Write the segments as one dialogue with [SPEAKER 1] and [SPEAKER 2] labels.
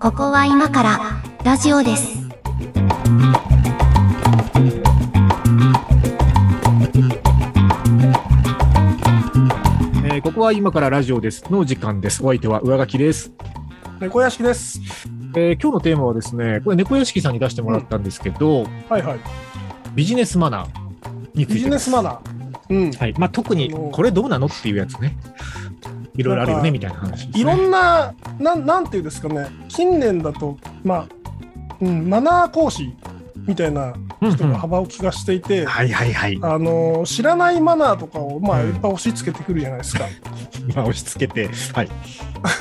[SPEAKER 1] ここは今からラジオです。
[SPEAKER 2] えーここは今からラジオですの時間です。お相手は上書きです。
[SPEAKER 3] 猫屋敷です。
[SPEAKER 2] えー今日のテーマはですね、これ猫屋敷さんに出してもらったんですけど、
[SPEAKER 3] はいはい。
[SPEAKER 2] ビジネスマナーについて
[SPEAKER 3] ビジネスマ
[SPEAKER 2] ー。
[SPEAKER 3] ナー。うん。
[SPEAKER 2] はい。まあ、特にこれどうなのっていうやつね。いろいろあるよねみたいな話です、ね。
[SPEAKER 3] いろんな、なん、なんていうんですかね。近年だと、まあ、うん、マナー講師みたいな
[SPEAKER 2] うん
[SPEAKER 3] 人
[SPEAKER 2] うん
[SPEAKER 3] が幅を利かしていて、
[SPEAKER 2] はいはいはい。ま
[SPEAKER 3] あの知らないマナーとかを、まあ、
[SPEAKER 2] うん
[SPEAKER 3] いっぱい押し付けてくるじゃないですか。
[SPEAKER 2] あ、押し付けて。はい。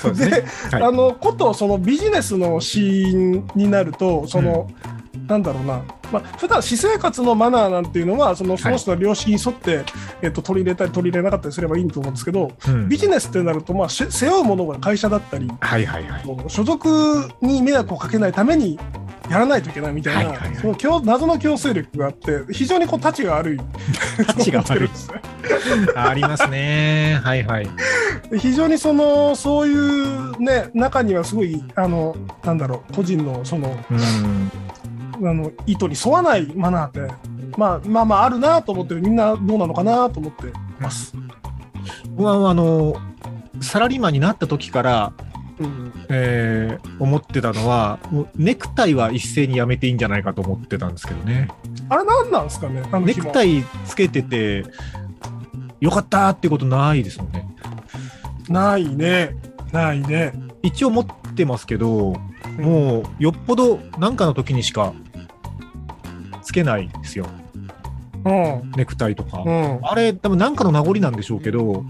[SPEAKER 2] そうですね
[SPEAKER 3] で、
[SPEAKER 2] はい
[SPEAKER 3] あのことそのビジネスのシーンになるとその、なんだろうな、まあ普段私生活のマナーなんていうのはそのその人の良識に沿って、えっと、取り入れたり取り入れなかったりすればいいと思うんですけど
[SPEAKER 2] うん
[SPEAKER 3] ビジネスってなると、まあ、し背負うものが会社だったり
[SPEAKER 2] はいはいはい。
[SPEAKER 3] 所属に迷惑をかけないためにやらないといけないみたいな、
[SPEAKER 2] はいはいはい
[SPEAKER 3] その強謎の強制力があって非常にこうたちが悪い
[SPEAKER 2] タッチが悪い
[SPEAKER 3] と思ってるんですね
[SPEAKER 2] ありますね。はいはい。
[SPEAKER 3] 非常にそのそういうね中にはすごいあのなんだろう個人のその
[SPEAKER 2] うん。
[SPEAKER 3] あの意図に沿わないマナーって、まあ、まあまああるなと思ってみんなどうなのかなと思ってます。
[SPEAKER 2] 僕はあの、サラリーマンになった時から、えー思ってたのは、もうネクタイは一斉にやめていいんじゃないかと思ってたんですけどね。
[SPEAKER 3] あれなんなんですかねあの
[SPEAKER 2] ネクタイつけてて、よかったっていうことないですもんね。
[SPEAKER 3] 紐ないねないね。
[SPEAKER 2] 一応持ってますけど、もうよっぽどなんかの時にしかつけないんですよ、
[SPEAKER 3] うん
[SPEAKER 2] ネクタイとか。
[SPEAKER 3] うん、
[SPEAKER 2] あれ、多分なんかの名残なんでしょうけど、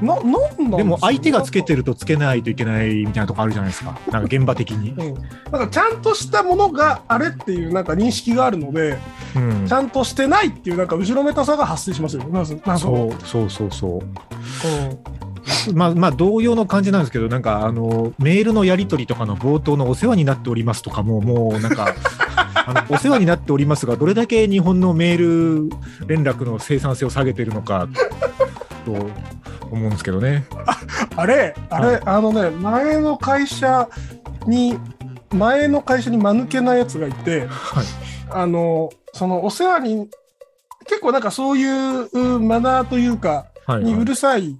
[SPEAKER 3] ななんなんすか
[SPEAKER 2] でも相手がつけてるとつけないといけないみたいなとこあるじゃないですか。なんか現場的に。
[SPEAKER 3] うん、なんかちゃんとしたものがあれっていうなんか認識があるので、
[SPEAKER 2] うん
[SPEAKER 3] ちゃんとしてないっていうなんか後ろめたさが発生しますよね。なんせなんか
[SPEAKER 2] そうそうそうそう。
[SPEAKER 3] うん
[SPEAKER 2] まあ、まあ同様の感じなんですけど、なんかあのメールのやり取りとかの冒頭のお世話になっておりますとかも、もうなん かあの、お世話になっておりますが、どれだけ日本のメール連絡の生産性を下げてるのかと思うんですけどね。
[SPEAKER 3] あれあれ、
[SPEAKER 2] は
[SPEAKER 3] あのね前の会社に前の会社に間抜けなやつがいて、
[SPEAKER 2] はい
[SPEAKER 3] あのそのお世話に結構なんかそういううんマナーというか
[SPEAKER 2] はい、
[SPEAKER 3] に
[SPEAKER 2] は
[SPEAKER 3] う
[SPEAKER 2] い。
[SPEAKER 3] るさい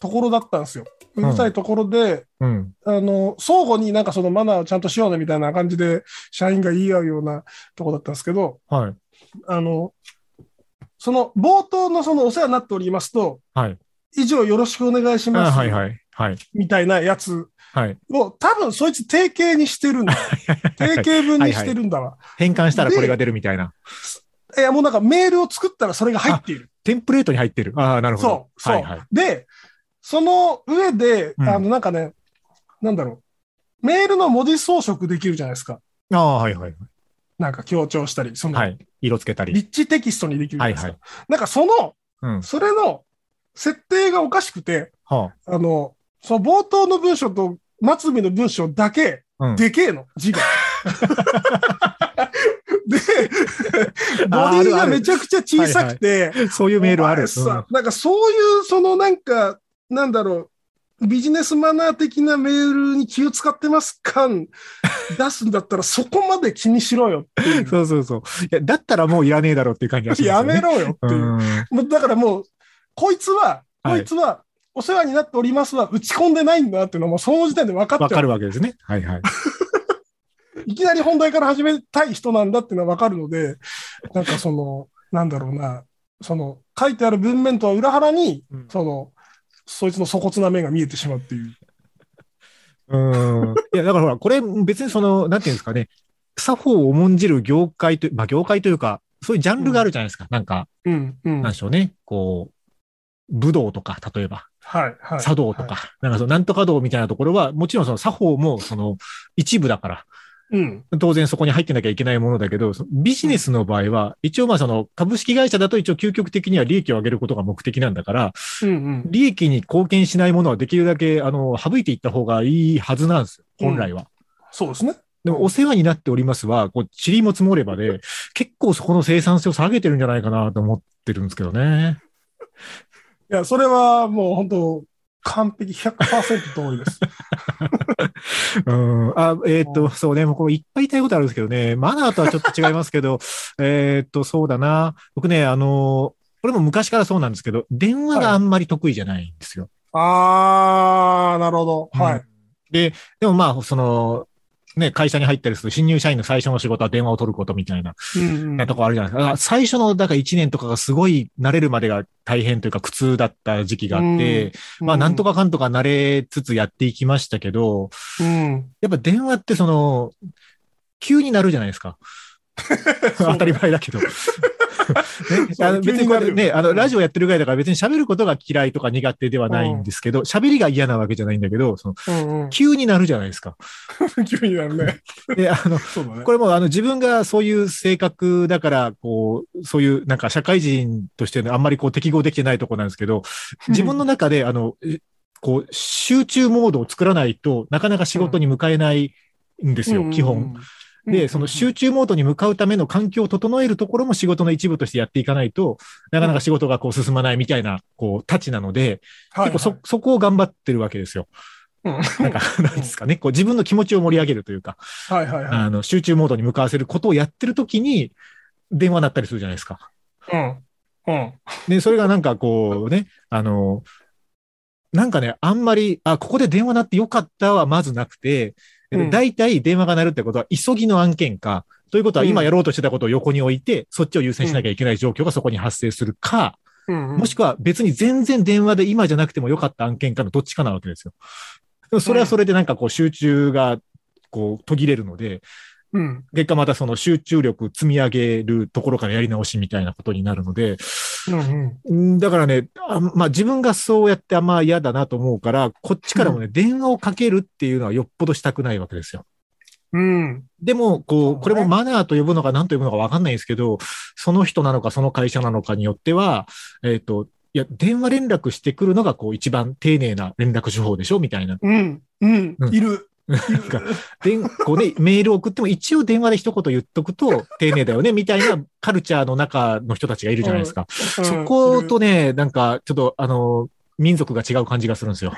[SPEAKER 3] ところだったんですよ。う
[SPEAKER 2] うん
[SPEAKER 3] るさいところで、
[SPEAKER 2] うん。
[SPEAKER 3] あの相互になんかそのマナーをちゃんとしようねみたいな感じで社員が言い合うようなとこだったんですけど
[SPEAKER 2] はい。
[SPEAKER 3] あのその冒頭のそのお世話になっておりますと
[SPEAKER 2] はい。
[SPEAKER 3] 以上よろしくお願いし
[SPEAKER 2] あ
[SPEAKER 3] ます、
[SPEAKER 2] はいはい。はい。
[SPEAKER 3] みたいなやつ
[SPEAKER 2] はい。
[SPEAKER 3] もう多分そいつ定型にし てるんだ。定型文にしてるんだわ。
[SPEAKER 2] 変換したらこれが出るみたいな。
[SPEAKER 3] いや、もうなんかメールを作ったらそれが入っている。
[SPEAKER 2] テンプレートに入ってる。ああ、なるほど。
[SPEAKER 3] そう、そう。
[SPEAKER 2] はいはい。
[SPEAKER 3] で、その上で、
[SPEAKER 2] うん
[SPEAKER 3] あの、なんかね、なんだろう。メールの文字装飾できるじゃないですか。
[SPEAKER 2] ああ、はいはい。
[SPEAKER 3] なんか強調したり、その、
[SPEAKER 2] はい。色つけたり。
[SPEAKER 3] リッチテキストにできるじゃな
[SPEAKER 2] はいい
[SPEAKER 3] ですか。
[SPEAKER 2] はい。
[SPEAKER 3] なんかその、
[SPEAKER 2] うん。
[SPEAKER 3] それの設定がおかしくて、
[SPEAKER 2] は
[SPEAKER 3] あの、その冒頭の文章と末尾の文章だけ、
[SPEAKER 2] あ。うん。
[SPEAKER 3] でけえの、字が。 で、ボディがめちゃくちゃ小さくて、
[SPEAKER 2] そういうメールある。
[SPEAKER 3] お前さなんかそういう、そのなんか、なんだろう、ビジネスマナー的なメールに気を使ってます感出すんだったら、そこまで気にしろ よってい
[SPEAKER 2] うんそうそうそう。いや、だったらもういらねえだろうっていう感じがし
[SPEAKER 3] う。
[SPEAKER 2] ま
[SPEAKER 3] や
[SPEAKER 2] す、ね。
[SPEAKER 3] めろよっていう。
[SPEAKER 2] うん。
[SPEAKER 3] もうだからもう、こいつは、こ
[SPEAKER 2] はい
[SPEAKER 3] いつは、お世話になっておりますは打ち込んでないんだなっていうのはもうその時点で分かっ
[SPEAKER 2] わ
[SPEAKER 3] ちゃ
[SPEAKER 2] か
[SPEAKER 3] う。
[SPEAKER 2] るわけですね。はいはい。
[SPEAKER 3] いきなり本題から始めたい人なんだっていうのは分かるので、なんかその、なんだろうな、その、書いてある文面とは裏腹に、
[SPEAKER 2] うん
[SPEAKER 3] その、そいつの粗骨な面が見えてしまうっていう。
[SPEAKER 2] うん。いや、だからほら、これ別にその、なんていうんですかね、作法を重んじる業界という、まあ業界というか、そういうジャンルがあるじゃないですか。なんか、
[SPEAKER 3] うん、うん。
[SPEAKER 2] なん
[SPEAKER 3] はい
[SPEAKER 2] でしょうね。こう、武道とか、例えば、、
[SPEAKER 3] はい。
[SPEAKER 2] 茶道とか、
[SPEAKER 3] は
[SPEAKER 2] なんかその、なんとか道みたいなところは、もちろんその作法も、その、一部だから、
[SPEAKER 3] い。うん。
[SPEAKER 2] 当然そこに入ってなきゃいけないものだけど、そのビジネスの場合は、一応まあその株式会社だと一応究極的には利益を上げることが目的なんだから、
[SPEAKER 3] うん、うん。
[SPEAKER 2] 利益に貢献しないものはできるだけ、あの、省いていった方がいいはずなんですよ、本来は。
[SPEAKER 3] そうですね。
[SPEAKER 2] でも、お世話になっておりますは、こう、塵も積もればで、結構そこの生産性を下げてるんじゃないかなと思ってるんですけどね。
[SPEAKER 3] や、それはもう本当、完璧100%同意 です。
[SPEAKER 2] うん、あえーっ
[SPEAKER 3] う
[SPEAKER 2] と、そうね、もうこれいっぱい言いたいことあるんですけどね、マナーとはちょっと違いますけど、 えーっと、そうだな。僕ね、あの、これも昔からそうなんですけど、電話があんまり得意じゃないんですよ。
[SPEAKER 3] あー、なるほど。は
[SPEAKER 2] う
[SPEAKER 3] い
[SPEAKER 2] ん。で、でもまあ、その、ね、会社に入ったりする新入社員の最初の仕事は電話を取ることみたいな、
[SPEAKER 3] うんうん
[SPEAKER 2] なとこあるじゃないですか。だから最初の、だから1年とかがすごい慣れるまでが大変というか苦痛だった時期があって、まあ、なんと
[SPEAKER 3] か。
[SPEAKER 2] かかんとか慣れつつやっていきましたけど、
[SPEAKER 3] うん。
[SPEAKER 2] やっぱ電話ってその、急になるじゃないです か。当たり前だけど。ね
[SPEAKER 3] そう
[SPEAKER 2] あの別
[SPEAKER 3] 急
[SPEAKER 2] に
[SPEAKER 3] に
[SPEAKER 2] こ
[SPEAKER 3] なる
[SPEAKER 2] れね、
[SPEAKER 3] よ
[SPEAKER 2] あ
[SPEAKER 3] う
[SPEAKER 2] の、
[SPEAKER 3] ん
[SPEAKER 2] ラジオやってるぐらいだから別に喋ることが嫌いとか苦手ではないんですけど、喋りが嫌なわけじゃないんだけど、その、
[SPEAKER 3] うんうん。
[SPEAKER 2] 急になるじゃないですか。
[SPEAKER 3] 急にな るね。
[SPEAKER 2] で、あの、
[SPEAKER 3] そうだね。
[SPEAKER 2] これもあの自分がそういう性格だから、こう、そういうなんか社会人としてのあんまりこう適合できてないところなんですけど、自分の中であの、えこう、集中モードを作らないとなかなか仕事に向かえないんですよ、基本。
[SPEAKER 3] うん。う
[SPEAKER 2] で、
[SPEAKER 3] ん
[SPEAKER 2] その集中モードに向かうための環境を整えるところも仕事の一部としてやっていかないと、なかなか仕事がこう進まないみたいな、こう、たちなので、
[SPEAKER 3] はい
[SPEAKER 2] 結構そ、そこを頑張ってるわけですよ。
[SPEAKER 3] うん
[SPEAKER 2] なんか、なんですかね。こう、自分の気持ちを盛り上げるというか、
[SPEAKER 3] はいはいは
[SPEAKER 2] あの、集中モードに向かわせることをやってるときに、電話なったりするじゃないですか。
[SPEAKER 3] い。うん。うん。
[SPEAKER 2] で、それがなんかこうね、あの、なんかね、あんまり、あ、ここで電話なってよかったはまずなくて、
[SPEAKER 3] うん
[SPEAKER 2] 大体電話が鳴るってことは急ぎの案件か、ということは今やろうとしてたことを横に置いて、そっちを優先しなきゃいけない状況がそこに発生するか、
[SPEAKER 3] うんうん
[SPEAKER 2] もしくは別に全然電話で今じゃなくてもよかった案件かのどっちかなわけですよ。でもそれはそれでなんかこう集中がこう途切れるので、
[SPEAKER 3] うん。
[SPEAKER 2] 結果またその集中力積み上げるところからやり直しみたいなことになるので、
[SPEAKER 3] うんうん。
[SPEAKER 2] うんだからね、あまあ自分がそうやってあんま嫌だなと思うから、こっちからもね、電話をかけるっていうのはよっぽどしたくないわけですよ。
[SPEAKER 3] うん。
[SPEAKER 2] でも、
[SPEAKER 3] そう
[SPEAKER 2] こう、
[SPEAKER 3] ね
[SPEAKER 2] これもマナーと呼ぶのか何と呼ぶのかわかんないですけど、その人なのかその会社なのかによっては、えっ、と、いや、電話連絡してくるのがこう一番丁寧な連絡手法でしょみたいな。
[SPEAKER 3] うん。うん
[SPEAKER 2] う。ん
[SPEAKER 3] いる。い
[SPEAKER 2] か
[SPEAKER 3] る。
[SPEAKER 2] で、こうね、メールを送っても一応電話で一言言っとくと丁寧だよね、みたいなカルチャーの中の人たちがいるじゃないですか。そこと
[SPEAKER 3] うんいる
[SPEAKER 2] ね、なんかちょっとあの、民族が違う感じがするんですよ。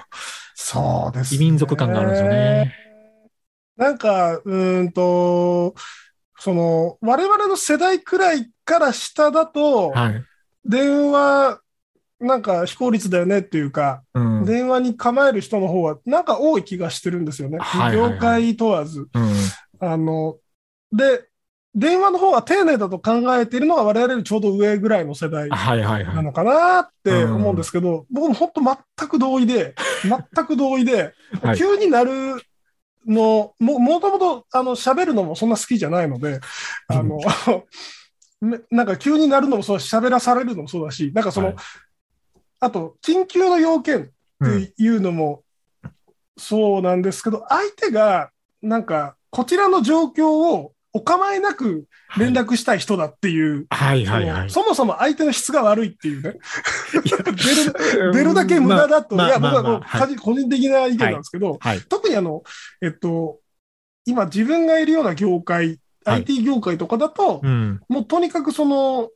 [SPEAKER 3] そうです
[SPEAKER 2] 異
[SPEAKER 3] ね。
[SPEAKER 2] 民族感があるんですよね。
[SPEAKER 3] なんか、うーんと、その、我々の世代くらいから下だと、
[SPEAKER 2] はい。
[SPEAKER 3] 電話、なんか非効率だよねっていうか、
[SPEAKER 2] うん。うん
[SPEAKER 3] 電話に構える人の方は、なんか多い気がしてるんですよね。
[SPEAKER 2] はいはいはい
[SPEAKER 3] 業界問わず。あの、で、電話の方は丁寧だと考えているのが我々よりちょうど上ぐらいの世代
[SPEAKER 2] はいはいは。
[SPEAKER 3] ないのかなって思うんですけど、僕も本当全く同意 で、全く同意で、
[SPEAKER 2] はい
[SPEAKER 3] 急になるの、も、もともと、あの、喋るのもそんな好きじゃないので、あの、 めなんか急になるのもそうだし、喋らされるのもそうだし、なんかその、
[SPEAKER 2] はい
[SPEAKER 3] あと、緊急の要件
[SPEAKER 2] うん
[SPEAKER 3] っていうのもそうなんですけど、相手がなんかこちらの状況をお構いなく連絡したい人だっていう、
[SPEAKER 2] はいはいはい。
[SPEAKER 3] そのそもそも相手の質が悪いっていうね、出
[SPEAKER 2] 出
[SPEAKER 3] る出るだけ無駄
[SPEAKER 2] だ。
[SPEAKER 3] だと、
[SPEAKER 2] まあ
[SPEAKER 3] いや、
[SPEAKER 2] まあ
[SPEAKER 3] 僕はもう
[SPEAKER 2] まあ
[SPEAKER 3] 個人個人的な意見なんですけど、
[SPEAKER 2] はい。
[SPEAKER 3] 特にあの、えっと、今自分がいるような業界、
[SPEAKER 2] はい
[SPEAKER 3] IT 業界とかだと、
[SPEAKER 2] うん。
[SPEAKER 3] もうとにかくその、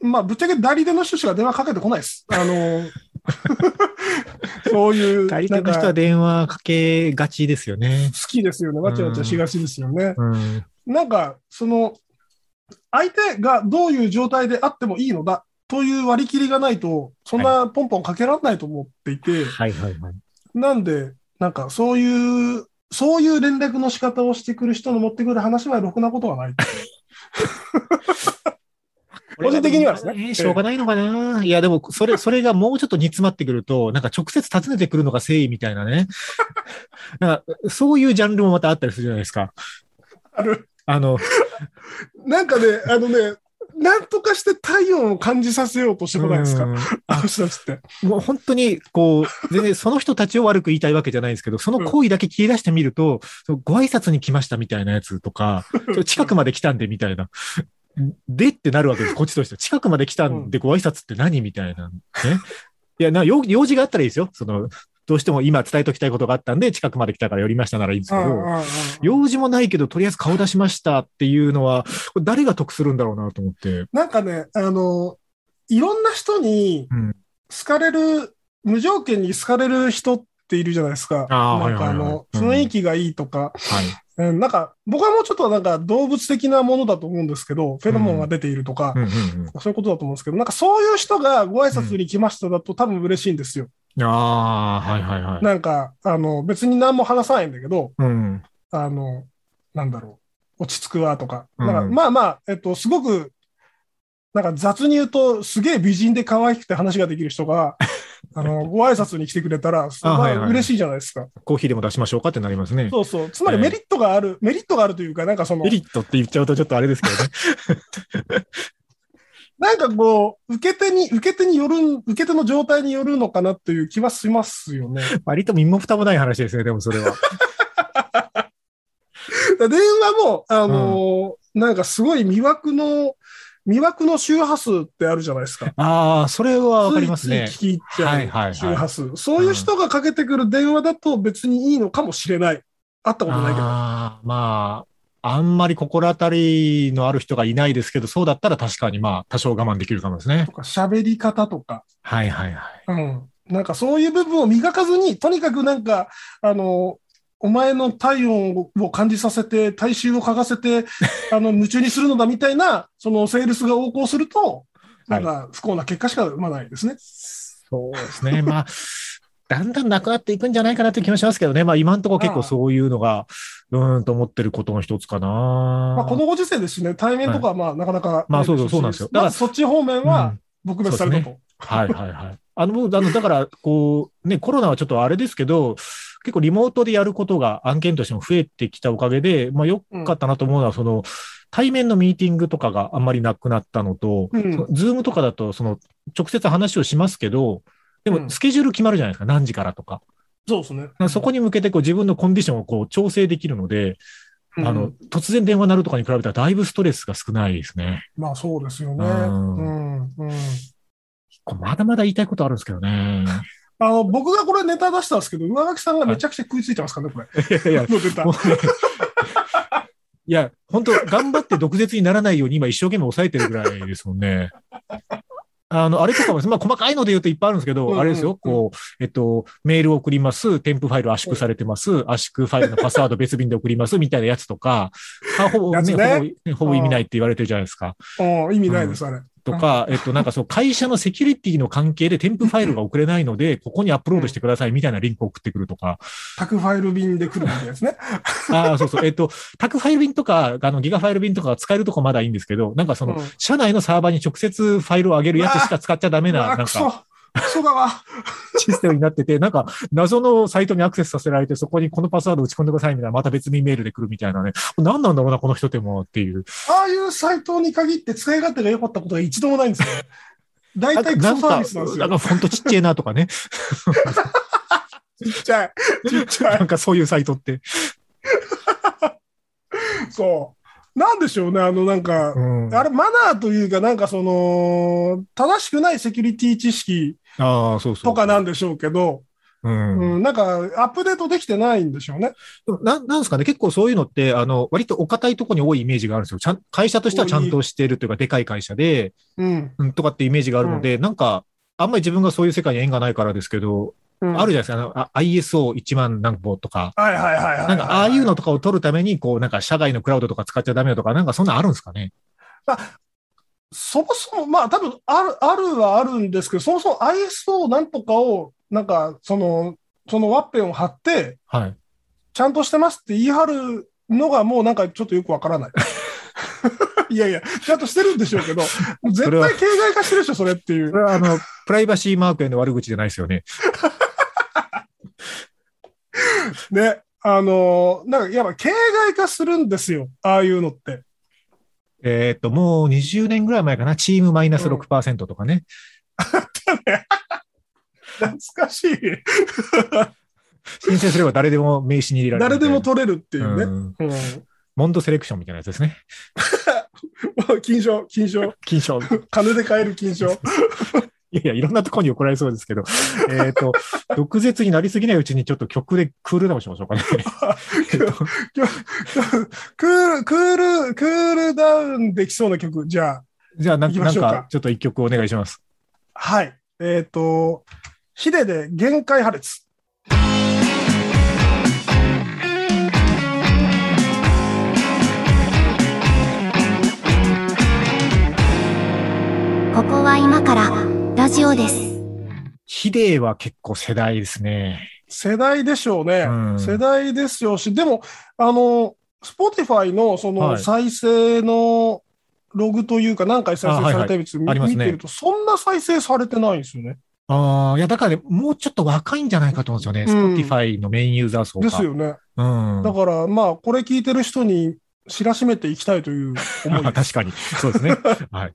[SPEAKER 3] まあ、ぶっちゃけ代理店の人しか電話かけてこないです。あの、そういう。
[SPEAKER 2] 代理店の人は
[SPEAKER 3] なんか
[SPEAKER 2] 電話かけがちですよね。
[SPEAKER 3] 好きですよね。わちゃわちゃしがちですよね。
[SPEAKER 2] うん。
[SPEAKER 3] なんか、その、相手がどういう状態であってもいいのだという割り切りがないと、そんなポンポンかけられないと思っていて、
[SPEAKER 2] はいはいはい。
[SPEAKER 3] なんで、なんかそういう、そういう連絡の仕方をしてくる人の持ってくる話はろくなことはない。個人的にはですね
[SPEAKER 2] えーしょうがないのかな。いや、でも、それ、それがもうちょっと煮詰まってくると、なんか直接訪ねてくるのが誠意みたいなね。なんか、そういうジャンルもまたあったりするじゃないですか。
[SPEAKER 3] ある
[SPEAKER 2] あ の、
[SPEAKER 3] なんかね、あのね、なんとかして体温を感じさせようとしてこない ですか、
[SPEAKER 2] うん
[SPEAKER 3] あの人たちって。
[SPEAKER 2] もう本当に、こう、全然その人たちを悪く言いたいわけじゃないんですけど、その行為だけ切り出してみると、そのご挨拶に来ましたみたいなやつとか、それ近くまで来たんでみたいな。でってなるわけです、こっちとしては。近くまで来たんでご挨拶って何みたいな。ね。いや、な用用事があったらいいですよ。その、どうしても今伝えときたいことがあったんで、近くまで来たから寄りましたならいいんですけど、用事もないけど、とりあえず顔出しましたっていうのは、これ 誰が得するんだろうなと思って。
[SPEAKER 3] なんかね、あの、いろんな人に
[SPEAKER 2] うん、
[SPEAKER 3] 好かれる、無条件に好かれる人っているじゃないですか。
[SPEAKER 2] あー
[SPEAKER 3] なんかあ
[SPEAKER 2] はいはい
[SPEAKER 3] の、
[SPEAKER 2] はいうん
[SPEAKER 3] 雰囲気がいいと
[SPEAKER 2] はい。
[SPEAKER 3] か、うん、なんか、僕はもうちょっとなんか動物的なものだと思うんですけど、フェロモンが出ているとか
[SPEAKER 2] う、んうん
[SPEAKER 3] そういうことだと思うんですけど、なんかそういう人がご挨拶に来ましただと多分嬉しいんですよ。
[SPEAKER 2] うん。ああ、はいはいはい。
[SPEAKER 3] なんか、あの、別に何も話さないんだけど、
[SPEAKER 2] うん。
[SPEAKER 3] あの、なんだろう、落ち着くわとか。
[SPEAKER 2] うん
[SPEAKER 3] なんかまあまあ、えっと、すごく、なんか雑に言うと、すげえ美人で可愛くて話ができる 人が、あの、ご挨拶に来てくれたら、それ
[SPEAKER 2] はいは
[SPEAKER 3] はい嬉しいじゃないですか。
[SPEAKER 2] コーヒーでも出しましょうかってなりますね。
[SPEAKER 3] そうそう。つまりメリットがある、メリットがあるというか、なんかその
[SPEAKER 2] メ、リットって言っちゃうとちょっとあれですけ どね。
[SPEAKER 3] なんかこう、受け手に、受け手によるん、受け手の状態によるのかなという気はしま すよね。
[SPEAKER 2] 割と身も蓋もない話ですね、でもそれは。
[SPEAKER 3] 電話も、あのーなんかすごい魅惑の、魅惑の周波数ってあるじゃないですか。
[SPEAKER 2] ああ、それはわかりますね
[SPEAKER 3] つい。つい聞き入っちゃう。
[SPEAKER 2] はいはいはい
[SPEAKER 3] 周波数。そういう人がかけてくる電話だと別にいいのかもしれない。会ったことないけど。
[SPEAKER 2] あーまあ、あんまり心当たりのある人がいないですけど、そうだったら確かにまあ、多少我慢できるかもですね
[SPEAKER 3] と。か、喋り方とか。
[SPEAKER 2] はいはいはい。
[SPEAKER 3] うん。なんかそういう部分を磨かずに、とにかくなんか、あのーお前の体温を感じさせて、体臭を嗅が せて、あの、夢中にするのだみたいな、そのセールスが横行すると、なんか不幸な結果しか生まないですね。
[SPEAKER 2] そうですね。まあ、だんだんなくなっていくんじゃないかなという気もしますけどね。まあ、今のところ結構そういうのが、うーんと思ってることの一つかな。
[SPEAKER 3] まあ、このご時世ですしね、対面とかはまあなかなか、
[SPEAKER 2] まあそうそうそうなんですよだか
[SPEAKER 3] だかららそっち方面
[SPEAKER 2] うん
[SPEAKER 3] は撲滅されたと。
[SPEAKER 2] はいはいはい。あの、もうあの、だから、こう、ね、コロナはちょっとあれですけど、結構リモートでやることが案件としても増えてきたおかげで、まあ、良かったなと思うのは、その、対面のミーティングとかがあんまりなくなったのと、
[SPEAKER 3] うん
[SPEAKER 2] そのズームとかだと、その、直接話をしますけど、で
[SPEAKER 3] う
[SPEAKER 2] も、
[SPEAKER 3] ん
[SPEAKER 2] スケジュール決まるじゃないですか、何時からとか。
[SPEAKER 3] そうですね。
[SPEAKER 2] そこに向けてこう自分のコンディションをこう調整できるので、
[SPEAKER 3] うん
[SPEAKER 2] あの、突然電話鳴るとかに比べたらだいぶストレスが少ないですね。
[SPEAKER 3] まあそうですよ
[SPEAKER 2] う
[SPEAKER 3] ね。うんんうん
[SPEAKER 2] こうまだまだ言いたいことあるんですけどね。
[SPEAKER 3] あの僕がこれネタ出したんですけど、上垣さんがめちゃくちゃ 食いついてますからね、これ。
[SPEAKER 2] いやいや、
[SPEAKER 3] のネタ
[SPEAKER 2] もうねいや、本当頑張って毒舌にならないように今一生懸命抑えてるぐらいですもんね。あの、あれとかもです、まあ、細かいので言うといっぱいあるんですけど、
[SPEAKER 3] うんうん
[SPEAKER 2] あれですよ、こう、えっと、メールを送ります、添付ファイル圧縮されてます、圧縮ファイルのパスワード別便で送ります、みたいなやつとか、あほぼ、
[SPEAKER 3] や
[SPEAKER 2] ね
[SPEAKER 3] つ
[SPEAKER 2] ほ
[SPEAKER 3] ね
[SPEAKER 2] ぼねほぼ意味ないって言われてるじゃないですか。
[SPEAKER 3] うん意味ないです、あれ。
[SPEAKER 2] とか、えっと、なんかそう、会社のセキュリティの関係で添付ファイルが送れないので、ここにアップロードしてくださいみたいなリンクを送ってくるとか。
[SPEAKER 3] 宅ファイル便で来るみたいなやつね。
[SPEAKER 2] ああ、そうそう。えっと、タクファイル便とか、あの、ギガファイル便とかが使えるとこまだいいんですけど、なんかその、
[SPEAKER 3] うん
[SPEAKER 2] 社内のサーバーに直接ファイルを上げるやつしか使っちゃダメな、
[SPEAKER 3] あ
[SPEAKER 2] な
[SPEAKER 3] あ、
[SPEAKER 2] んか
[SPEAKER 3] クソ。クソだわ。
[SPEAKER 2] システムになってて、なんか謎のサイトにアクセスさせられて、そこにこのパスワード打ち込んでくださいみたいな、また別にメールで来るみたいなね。何なんだろうな、この人手もっていう。
[SPEAKER 3] ああいうサイトに限って使い勝手が良かったことが一度もないんですよ。大
[SPEAKER 2] なんか、
[SPEAKER 3] 体ク
[SPEAKER 2] な
[SPEAKER 3] ソ
[SPEAKER 2] ん
[SPEAKER 3] サー
[SPEAKER 2] か
[SPEAKER 3] ビスなんです、
[SPEAKER 2] なん
[SPEAKER 3] よ。
[SPEAKER 2] かフォントちっちゃいなとかね。
[SPEAKER 3] ちっちゃい。ちっちゃい
[SPEAKER 2] な。んかそういうサイトって。
[SPEAKER 3] そう。なんでしょうね、あの、なんか、
[SPEAKER 2] うん。
[SPEAKER 3] あれ、マナーというか、なんかその、正しくないセキュリティ知識
[SPEAKER 2] ああ、そうそう。
[SPEAKER 3] とかなんでしょうけど、
[SPEAKER 2] うん。
[SPEAKER 3] うん、なんか、アップデートできてないんでしょうね。
[SPEAKER 2] でもなんなんですかね、結構そういうのって、あの、割とお堅いとこに多いイメージがあるんですよ。ちゃん会社としてはちゃんとしてるというか、でかい会社で、
[SPEAKER 3] うん。
[SPEAKER 2] うん、とかってイメージがあるので、なんか、あんまり自分がそういう世界に縁がないからですけど、
[SPEAKER 3] うん
[SPEAKER 2] あるじゃないですか、あの、あ ISO1 万何歩とか、
[SPEAKER 3] はいはいはいはい。
[SPEAKER 2] なんか、ああいうのとかを取るために、こう、なんか、社外のクラウドとか使っちゃダメだとか、なんか、そんなんあるんですかね。
[SPEAKER 3] そもそも、まあ、多分ある、あるはあるんですけど、そもそも ISO なんとかを、なんか、その、そのワッペンを貼って、
[SPEAKER 2] はい。
[SPEAKER 3] ちゃんとしてますって言い張るのが、もうなんかちょっとよく わからない。いやいや、ちゃんとしてるんでしょうけど、絶
[SPEAKER 2] それは
[SPEAKER 3] 対形骸化してるでしょ、それっていう
[SPEAKER 2] そ。れは、あ の、プライバシーマークへの悪口じゃないですよね。
[SPEAKER 3] ね、あのーなんかやっぱ形骸化するんですよ、ああいうのって。
[SPEAKER 2] えーっと、もう20年ぐらい前かな、チームマイナス6%とかね。
[SPEAKER 3] 懐かしい。
[SPEAKER 2] 申請すれば誰でも名刺に入れられる
[SPEAKER 3] 誰
[SPEAKER 2] みた
[SPEAKER 3] で
[SPEAKER 2] いな。
[SPEAKER 3] も取れるっていう
[SPEAKER 2] う
[SPEAKER 3] ね。
[SPEAKER 2] ん
[SPEAKER 3] うん、
[SPEAKER 2] モンドセレクションみたいなやつですね。
[SPEAKER 3] 金賞、金賞、
[SPEAKER 2] 金賞。
[SPEAKER 3] 金で買える金賞。
[SPEAKER 2] いやいや、いろんなところに怒られそうですけど、えっと、毒舌になりすぎないうちにちょっと曲でクールダウンしましょ うかね。えっと
[SPEAKER 3] クール、クール、クールダウンできそうな曲、じゃあ、
[SPEAKER 2] じゃあなん
[SPEAKER 3] 行
[SPEAKER 2] か、
[SPEAKER 3] き
[SPEAKER 2] な
[SPEAKER 3] ま
[SPEAKER 2] ん
[SPEAKER 3] しょうか
[SPEAKER 2] かちょっと一曲お願いします。
[SPEAKER 3] はい。えっ、と、ヒデで限界破裂。
[SPEAKER 1] ここは今からラジオです。
[SPEAKER 2] ヒデは結構世代ですね。
[SPEAKER 3] 世代でしょうね。
[SPEAKER 2] うん
[SPEAKER 3] 世代ですよし、でも、あの、Spotify のそ
[SPEAKER 2] は
[SPEAKER 3] の
[SPEAKER 2] い
[SPEAKER 3] 再生のログというか、何回再生されたやつ見
[SPEAKER 2] ありますね
[SPEAKER 3] 見てると、そんな再生されてないんですよね。
[SPEAKER 2] ああ、いや、だからね、もうちょっと若いんじゃないかと思うんですよ
[SPEAKER 3] うん
[SPEAKER 2] ね。Spotify のメインユーザー層が。
[SPEAKER 3] ですよね。
[SPEAKER 2] うん。
[SPEAKER 3] だから、まあ、これ聞いてる人に知らしめていきたいという思い
[SPEAKER 2] あ
[SPEAKER 3] で
[SPEAKER 2] 確かに。そうですね。はい。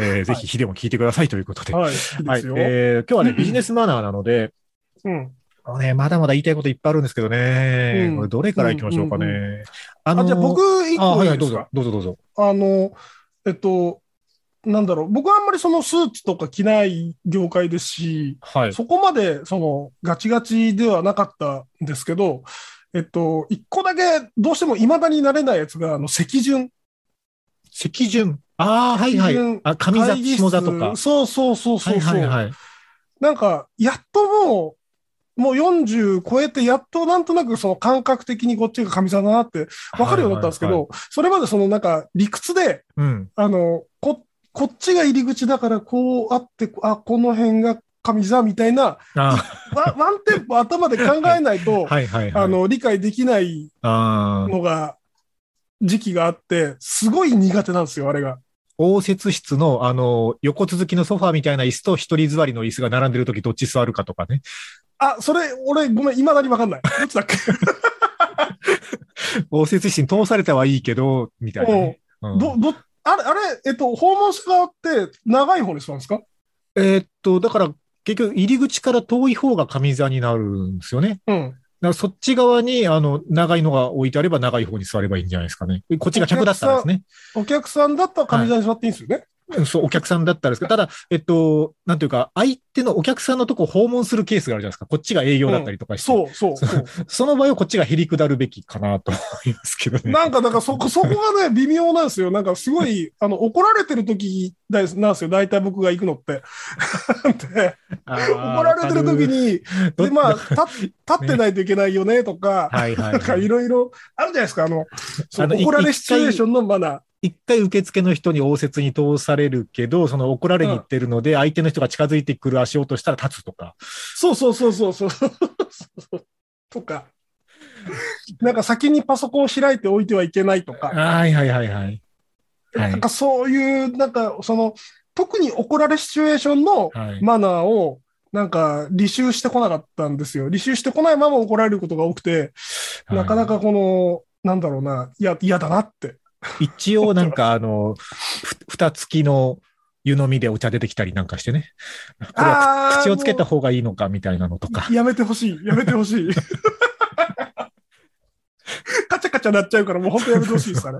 [SPEAKER 2] えーぜひヒデも聞いてくださいということ
[SPEAKER 3] す。
[SPEAKER 2] で。
[SPEAKER 3] はい、いいですよ。
[SPEAKER 2] はいえー今日はね、ビジネスマナーなので、
[SPEAKER 3] うん。
[SPEAKER 2] あのね、まだまだ言いたいこといっぱいあるんですけどね。
[SPEAKER 3] うん
[SPEAKER 2] これどれからいきましょうかね。
[SPEAKER 3] うんう
[SPEAKER 2] あ
[SPEAKER 3] あ、じゃあ僕、一
[SPEAKER 2] あ、
[SPEAKER 3] 個
[SPEAKER 2] はい
[SPEAKER 3] い
[SPEAKER 2] はいい、どう
[SPEAKER 3] です
[SPEAKER 2] ぞ
[SPEAKER 3] か。、
[SPEAKER 2] どうぞどうぞ。
[SPEAKER 3] あの、えっと、なんだろう。僕はあんまりそのスーツとか着ない業界ですし、
[SPEAKER 2] はい。
[SPEAKER 3] そこまでそのガチガチではなかったんですけど、えっと、一個だけどうしても未だになれないやつが、あの、席順。
[SPEAKER 2] 席順。ああ、はいは
[SPEAKER 3] 席
[SPEAKER 2] い
[SPEAKER 3] 順。
[SPEAKER 2] あ、上座、
[SPEAKER 3] 会議室
[SPEAKER 2] 下座とか。
[SPEAKER 3] そうそうそうそうそう。
[SPEAKER 2] はいはいはい。
[SPEAKER 3] なんか、やっともう、もう40超えて、やっとなんとなくその感覚的にこっちが上座だなって分かるようになったんですけ
[SPEAKER 2] はい
[SPEAKER 3] ど、それまでそのなんか理屈で、
[SPEAKER 2] はいはい。うん。
[SPEAKER 3] あの、こ、こっちが入り口だからこうあって、あ、この辺が上座みたいな、
[SPEAKER 2] あ
[SPEAKER 3] ワンワンテンポ頭で考えない
[SPEAKER 2] ー
[SPEAKER 3] と、
[SPEAKER 2] はいはいはい。
[SPEAKER 3] あ、の、理解できない
[SPEAKER 2] あー
[SPEAKER 3] のが、時期があって、すごい苦手なんですよ、あれが。
[SPEAKER 2] 応接室の、あの、横続きのソファーみたいな椅子と一人座りの椅子が並んでるときどっち座るかとか ね。
[SPEAKER 3] あ、それ、俺、ごめん、未だに分かんない。どっちだっけ
[SPEAKER 2] 応接室に通されたはいいけど、みたいなね。うん
[SPEAKER 3] ど、ど、あれ、あれ、えっと、訪問者側って長い方に座るんですか
[SPEAKER 2] えーっと、だから結局入り口から遠い方が上座になるんですよね。
[SPEAKER 3] う
[SPEAKER 2] だ
[SPEAKER 3] ん。
[SPEAKER 2] からそっち側に、あの、長いのが置いてあれば長い方に座ればいいんじゃないですかね。こっちが客だったらですね。
[SPEAKER 3] お客さんだったら上座に座っていいんですよね。
[SPEAKER 2] うんそう、お客さんだったらですけど、ただ、えっと、なんていうか、相手のお客さんのとこ訪問するケースがあるじゃないですか。こっちが営業だったりとかして。
[SPEAKER 3] そうそうそう。
[SPEAKER 2] その場合はこっちがへりくだるべきかなと思いますけどね。
[SPEAKER 3] なんか、だからそこ、そこがね、微妙なんですよ。なんか、すごい、あの、怒られてる時だなんですよ。大体僕が行くのって。で怒
[SPEAKER 2] 怒
[SPEAKER 3] られてる時に、で、まあ、
[SPEAKER 2] は
[SPEAKER 3] 立立ってないといけないよね、とか、
[SPEAKER 2] いはい
[SPEAKER 3] なんか
[SPEAKER 2] はいい。
[SPEAKER 3] ろいろあるじゃないですか、あの、そ
[SPEAKER 2] あの
[SPEAKER 3] の
[SPEAKER 2] い
[SPEAKER 3] 怒られシチュエーションのマナー。
[SPEAKER 2] 一回受付の人に応接に通されるけど、その怒られに行ってるので、相手の人が近づいてくる足音したら立つとか。
[SPEAKER 3] そうそうそうそうそう。とか。なんか先にパソコンを開いておいてはいけないとか、
[SPEAKER 2] はいはいはいはい。は
[SPEAKER 3] なん
[SPEAKER 2] い。
[SPEAKER 3] かそういう、なんかその、特に怒られシチュエーションの
[SPEAKER 2] はい、
[SPEAKER 3] マナーを、なんか履修してこなかったんですよ。履修してこないまま怒られることが多くて、なかなかこの、なんだろうな、いや、嫌だなって。
[SPEAKER 2] 一応なんかあの、ふ、蓋付きの湯飲みでお茶出てきたりなんかしてね。これは
[SPEAKER 3] あー
[SPEAKER 2] 口をつけた
[SPEAKER 3] も
[SPEAKER 2] 方がいいのかみたいなのとか
[SPEAKER 3] う。やめてほしい、やめてほしい。カチャカチャなっちゃうから、もう本当やめてほし いです、あれ。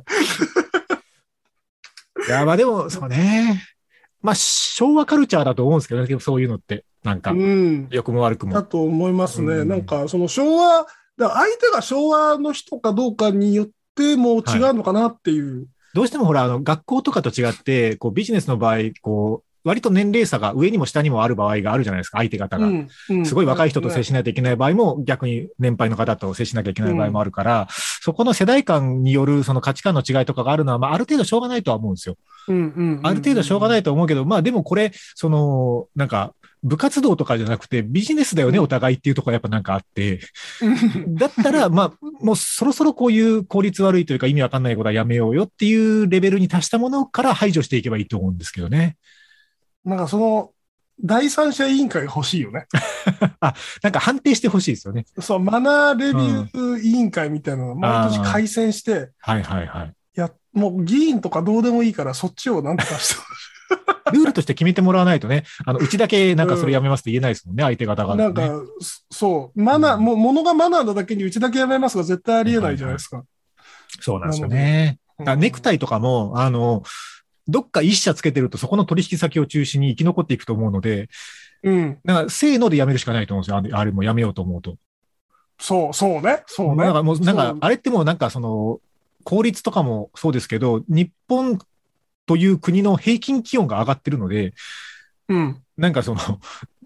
[SPEAKER 2] いや、まあでも、そうね。まあ、昭和カルチャーだと思うんですけどね、そういうのって。なんか
[SPEAKER 3] う、ん。
[SPEAKER 2] 良くも悪く
[SPEAKER 3] だ
[SPEAKER 2] も。
[SPEAKER 3] と思いますね。
[SPEAKER 2] うん
[SPEAKER 3] なんか、その昭和、だから相手が昭和の人かどうかによっても違うのかなっていう。
[SPEAKER 2] どうしてもほら、あの、学校とかと違って、こう、ビジネスの場合、こう、割と年齢差が上にも下にもある場合があるじゃないですか、相手方が。すごい若い人と接
[SPEAKER 3] し。
[SPEAKER 2] しないといけない場合も、逆に年配の方と接しなきゃいけない場合もあるから、そこの世代間によるその価値観の違いとかがあるのは、まあ、ある程度しょうがないとは思うんですよ。ある程度しょうがないいと思うけど、まあ、でもこれ、その、なんか、部活動とかじゃなくて、ビジネスだよね、お互いっていうところがやっぱなんかあって、だったら、 まあ、もうそろそろこういう効率悪いというか意味わかんないことはやめようよっていうレベルに達したものから排除していけばいいと思うんですけどね。
[SPEAKER 3] なんかその、第三者委員会が欲しい よね。
[SPEAKER 2] なんか判定してほしいですよね。
[SPEAKER 3] そう、マナーレビュー委員会みたいなのが毎年改選して、
[SPEAKER 2] はいはいはい。
[SPEAKER 3] いや、もう議員とかどうでもいいから、そっちをなんと かして
[SPEAKER 2] ルールとして決めてもらわないとね、あの、うちだけなんかそれやめますって言えないですもんね、相手方が、ね。
[SPEAKER 3] なんか、そう、マナー、もう、ものがマナーなだけにうちだけやめますが、絶対ありえないじゃないですか。
[SPEAKER 2] そうなんですよね。だからネクタイとかも、あの、どっか一社つけてるとそこの取引先を中心に生き残っていくと思うので、
[SPEAKER 3] うん。
[SPEAKER 2] だからせーのでやめるしかないと思うんですよあれ。あれもやめようと思うと。
[SPEAKER 3] そう、そうね。そうね
[SPEAKER 2] なん。かもう、なん
[SPEAKER 3] そ
[SPEAKER 2] か
[SPEAKER 3] う、
[SPEAKER 2] あれってもうなんかその、効率とかもそうですけど、日本という国の平均気温が上がってるので、
[SPEAKER 3] うん。
[SPEAKER 2] なんかその、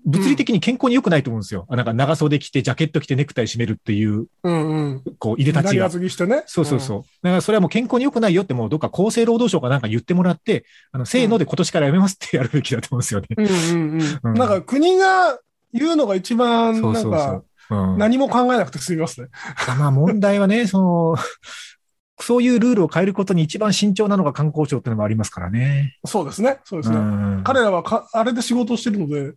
[SPEAKER 2] 物理的に健康に良くないと思うんですよ。あなんか長袖着て、ジャケット着て、ネクタイ締めるっていう、
[SPEAKER 3] うんうん。
[SPEAKER 2] こう、いでたち
[SPEAKER 3] 左
[SPEAKER 2] が。
[SPEAKER 3] 厚着してね。
[SPEAKER 2] そうそうそう。だからそれはもう健康に良くないよって、もうどっか厚生労働省かなんか言ってもらって、あの、せーので今年からやめますってやるべきだと思うんですよね。
[SPEAKER 3] うん。うんうん
[SPEAKER 2] う
[SPEAKER 3] うんん。なんか国が言うのが一番、
[SPEAKER 2] そう
[SPEAKER 3] な
[SPEAKER 2] そ
[SPEAKER 3] ん
[SPEAKER 2] う
[SPEAKER 3] か
[SPEAKER 2] そ、う。うん、
[SPEAKER 3] 何も考えなくて済みますね。
[SPEAKER 2] まあ問題は ね、その、そういうルールを変えることに一番慎重なのが観光庁っていうのもありますからね。
[SPEAKER 3] そうですね。そうで
[SPEAKER 2] う
[SPEAKER 3] すね。
[SPEAKER 2] ん
[SPEAKER 3] 彼らはか、あれで仕事をしてるので、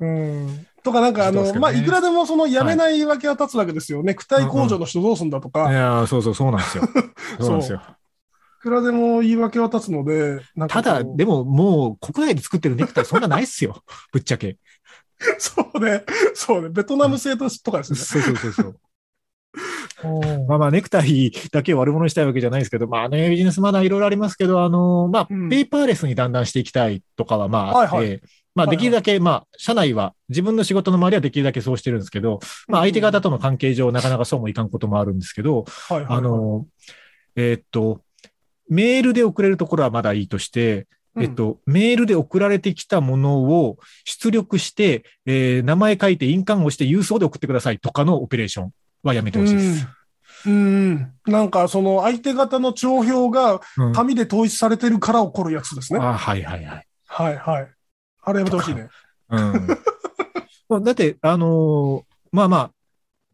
[SPEAKER 3] うん。とか、なんか、あ
[SPEAKER 2] そうです
[SPEAKER 3] の、
[SPEAKER 2] けど
[SPEAKER 3] まあ、
[SPEAKER 2] ね
[SPEAKER 3] いくらでも、その、やめないわけは立つわけですよ。ネクタイ工場の人どうすんだとか、
[SPEAKER 2] い
[SPEAKER 3] い
[SPEAKER 2] やーそうそう、そうなんで すよ。そうなんですよ。
[SPEAKER 3] くらでも言い訳は立つので、なん
[SPEAKER 2] た
[SPEAKER 3] かこう
[SPEAKER 2] だ、でももう国内で作ってるネクタイそんなないっ すよ。ぶっちゃけ。
[SPEAKER 3] そうね、そうね、ベトナム製とかです
[SPEAKER 2] そう
[SPEAKER 3] ね。
[SPEAKER 2] そうそうそう。 まあまあ、ネクタイだけを悪者にしたいわけじゃないですけど、まあね、ビジネスまだいろいろありますけど、あの、まあ、ペ
[SPEAKER 3] うん
[SPEAKER 2] ーパーレスにだんだんしていきたいとかはまああって、
[SPEAKER 3] はい
[SPEAKER 2] まあ、
[SPEAKER 3] はいは
[SPEAKER 2] で
[SPEAKER 3] い
[SPEAKER 2] きるだけ、まあ、社内は、自分の仕事の周りはできるだけそうしてるんですけど、まあ、相手方との関係上、なかなかそうもいかんこともあるんですけど、
[SPEAKER 3] はいはいはい
[SPEAKER 2] あ、の、えーっと、メールで送れるところはまだいいとして、
[SPEAKER 3] うん
[SPEAKER 2] えっ、と、メールで送られてきたものを出力して、えー名前書いて印鑑をして郵送で送ってくださいとかのオペレーションはやめてほしいです。
[SPEAKER 3] うん。うんなんか、その、相手方の帳票が
[SPEAKER 2] うんあ
[SPEAKER 3] 紙で統一されてるから起こるやつですね。
[SPEAKER 2] ーはいはいはい。
[SPEAKER 3] はいはい。あれやめてほしいね。
[SPEAKER 2] うん、 まあだって、あのーまあまあ、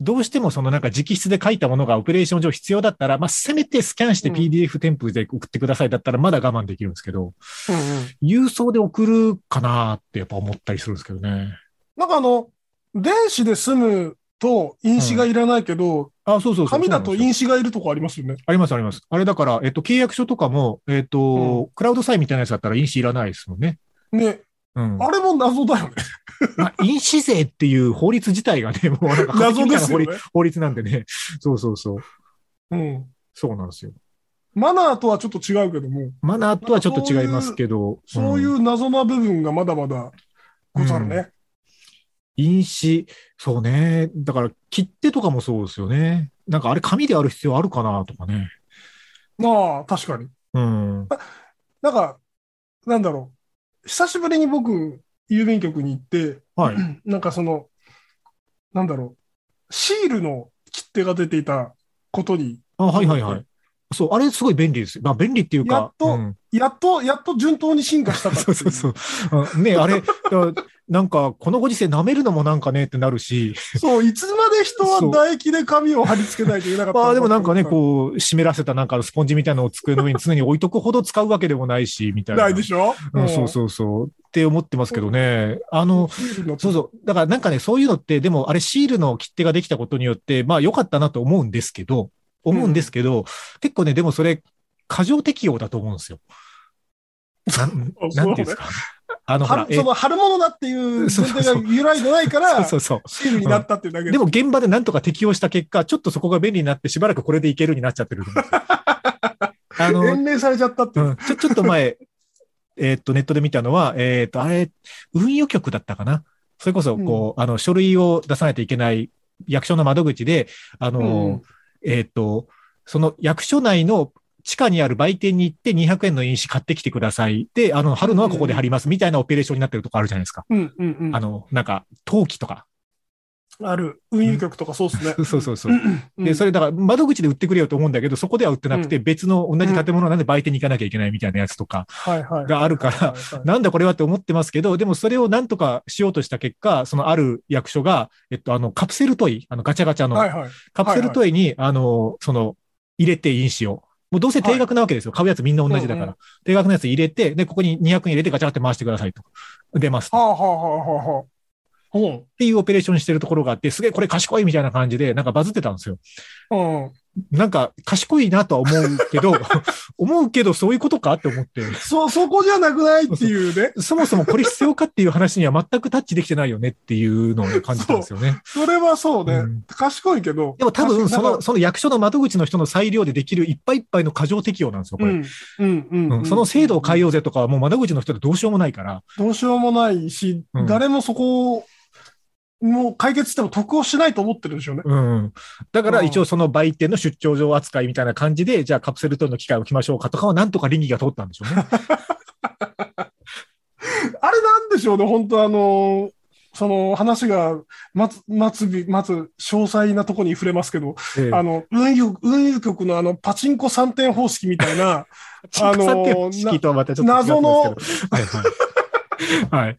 [SPEAKER 2] どうしてもそのなんか直筆で書いたものがオペレーション上必要だったら、まあせめてスキャンして
[SPEAKER 3] うん
[SPEAKER 2] PDF 添付で送ってくださいだったらまだ我慢できるんですけど、
[SPEAKER 3] うんうん
[SPEAKER 2] 郵送で送るかなってやっぱ思ったりするんですけどね。
[SPEAKER 3] なんかあの、電子で済むと印紙がいらないけど、
[SPEAKER 2] あ、そうそうそう。
[SPEAKER 3] 紙だと
[SPEAKER 2] そうなんですよ
[SPEAKER 3] 印紙がいるとこありますよね。
[SPEAKER 2] ありますあります。あれだから、えっと、契約書とかも、えっと、
[SPEAKER 3] う
[SPEAKER 2] クラウドサインみたいなやつだったら印紙いらないですもんね。
[SPEAKER 3] ね、
[SPEAKER 2] うん。
[SPEAKER 3] あれも謎だよ ね。
[SPEAKER 2] まあ印紙税っていう法律自体がね、もうなんか画期
[SPEAKER 3] 謎
[SPEAKER 2] 的
[SPEAKER 3] で
[SPEAKER 2] な
[SPEAKER 3] す
[SPEAKER 2] 法
[SPEAKER 3] よ
[SPEAKER 2] 律
[SPEAKER 3] ね。
[SPEAKER 2] 法律なんでね。そうそうそう。
[SPEAKER 3] うん。
[SPEAKER 2] そうなんですよ。
[SPEAKER 3] マナーとはちょっと違うけども、
[SPEAKER 2] マナーとはちょっと違いますけど。
[SPEAKER 3] そうい
[SPEAKER 2] ん
[SPEAKER 3] う謎な部分がまだまだござるね。
[SPEAKER 2] 印紙、そうね。だから、切手とかもそうですよね。なんかあれ紙である必要あるかなとかね。
[SPEAKER 3] まあ、確かに。
[SPEAKER 2] うん。
[SPEAKER 3] なんか、なんだろう。久しぶりに僕、郵便局に行って、
[SPEAKER 2] はい。
[SPEAKER 3] なんかその、なんだろう。シールの切手が出ていたことに、
[SPEAKER 2] あ、はいはいはい。そう、あれすごい便利です。まあ便利っていうか。
[SPEAKER 3] やっと
[SPEAKER 2] うん
[SPEAKER 3] やっと、やっと順当に進化したかっ て
[SPEAKER 2] そ
[SPEAKER 3] いう
[SPEAKER 2] そうそう。うんねあれ、だからなんか、このご時世舐めるのもなんかねってなるし、
[SPEAKER 3] そう、いつまで人は唾液で紙を貼り付けないといけなかったの
[SPEAKER 2] まあでもなんかね、こう、湿らせたなんかスポンジみたいなのを机の上に常に置いとくほど使うわけでもないし、みたいな。
[SPEAKER 3] ないでしょ
[SPEAKER 2] うん、そうそうそう。って思ってますけどね。あの、そうそう。だからなんかね、そういうのって、でもあれシールの切手ができたことによって、まあ良かったなと思うんですけど、思うんですけど、結構ね、でもそれ、過剰適用だと思うんですよ。 なん、
[SPEAKER 3] そう
[SPEAKER 2] なんていうんですか。あの、
[SPEAKER 3] う。
[SPEAKER 2] ほ
[SPEAKER 3] 貼
[SPEAKER 2] ら、
[SPEAKER 3] る
[SPEAKER 2] え
[SPEAKER 3] その貼るものだっていう前提が揺らいでないから、
[SPEAKER 2] そうそうそう。
[SPEAKER 3] シールになったっていうだけで
[SPEAKER 2] でも現場でなんとか適用した結果、ちょっとそこが便利になって、しばらくこれでいけるになっちゃってると思うん ですよ。あの、
[SPEAKER 3] 延命されちゃったっていう。
[SPEAKER 2] うんちょ、ち ょっと前、えーっと、ネットで見たのは、えーっと、あれ、運輸局だったかな。それこそ、こう、あの、書類を出さないといけない役所の窓口で、あの、
[SPEAKER 3] うん
[SPEAKER 2] えーっと、その役所内の地下にある売店に行って200円の印紙買ってきてください。で、あの、貼るのはここで貼りますみたいなオペレーションになってるとこあるじゃないですか。
[SPEAKER 3] うんうんうん
[SPEAKER 2] あの、なんか、登記とか。
[SPEAKER 3] ある。運輸局とかそうですね。
[SPEAKER 2] そうそうそう。
[SPEAKER 3] うん
[SPEAKER 2] で、それだから窓口で売ってくれよと思うんだけど、そこでは売ってなくて、別の同じ建物なんで売店に行かなきゃいけないみたいなやつとか
[SPEAKER 3] はいはい。
[SPEAKER 2] があるか
[SPEAKER 3] はい
[SPEAKER 2] ら、
[SPEAKER 3] はい
[SPEAKER 2] なんだこれはって思ってますけど、でもそれをなんとかしようとした結果、そのある役所が、えっと、あの、カプセルトイ、あの、ガチャガチャ
[SPEAKER 3] は
[SPEAKER 2] の、
[SPEAKER 3] いはい。
[SPEAKER 2] カプセルトイに、あの、その、入れて印紙を。もうどうせ定額なわけですよ。買うやつみんな同じだか
[SPEAKER 3] うんう
[SPEAKER 2] ら。定額のやつ入れて、で、ここに200円入れてガチャって回してくださいと。出ます。
[SPEAKER 3] は
[SPEAKER 2] っ
[SPEAKER 3] あはあはあはあはあ。ほ
[SPEAKER 2] ていうオペレーションしてるところがあって、すげえこれ賢いみたいな感じで、なんかバズってたんですよ。
[SPEAKER 3] う。うん。
[SPEAKER 2] なんか賢いなとは思うけ ど、思うけどそういうことかって思って、
[SPEAKER 3] そ、そこじゃなくないっていうね。
[SPEAKER 2] そもそもこれ必要かっていう話には全くタッチできてないよねっていうのを感じたんですよね。
[SPEAKER 3] それはそう
[SPEAKER 2] う
[SPEAKER 3] ね
[SPEAKER 2] ん。
[SPEAKER 3] 賢いけど。
[SPEAKER 2] でも多分
[SPEAKER 3] 確か
[SPEAKER 2] そ
[SPEAKER 3] になん
[SPEAKER 2] の、
[SPEAKER 3] か
[SPEAKER 2] その役所の窓口の人の裁量でできるいっぱいいっぱいの過剰適用なんですよ、こ
[SPEAKER 3] う
[SPEAKER 2] れ。
[SPEAKER 3] んうんうん
[SPEAKER 2] う
[SPEAKER 3] うん
[SPEAKER 2] んその制度を変えようぜとかはもう窓口の人でどうしようもないから。
[SPEAKER 3] どうしようもないし、
[SPEAKER 2] うん
[SPEAKER 3] 誰もそこを、もう解決しても得をしないと思ってるんでしょうね。
[SPEAKER 2] うん。だから一応その売店の出張上扱いみたいな感じで、じゃあカプセルトイの機会を置きましょうかとかはなんとか倫理が通ったんでしょうね。
[SPEAKER 3] あれなんでしょうね、本当あの、その話が待つ、待つ、待つ、詳細なとこに触れますけど、
[SPEAKER 2] ええ
[SPEAKER 3] あの、運輸、運輸局のあの、パチンコ3点方式みた いな、
[SPEAKER 2] あの
[SPEAKER 3] な
[SPEAKER 2] 式とはまたちょっと違うんですけど。はい はい。はい。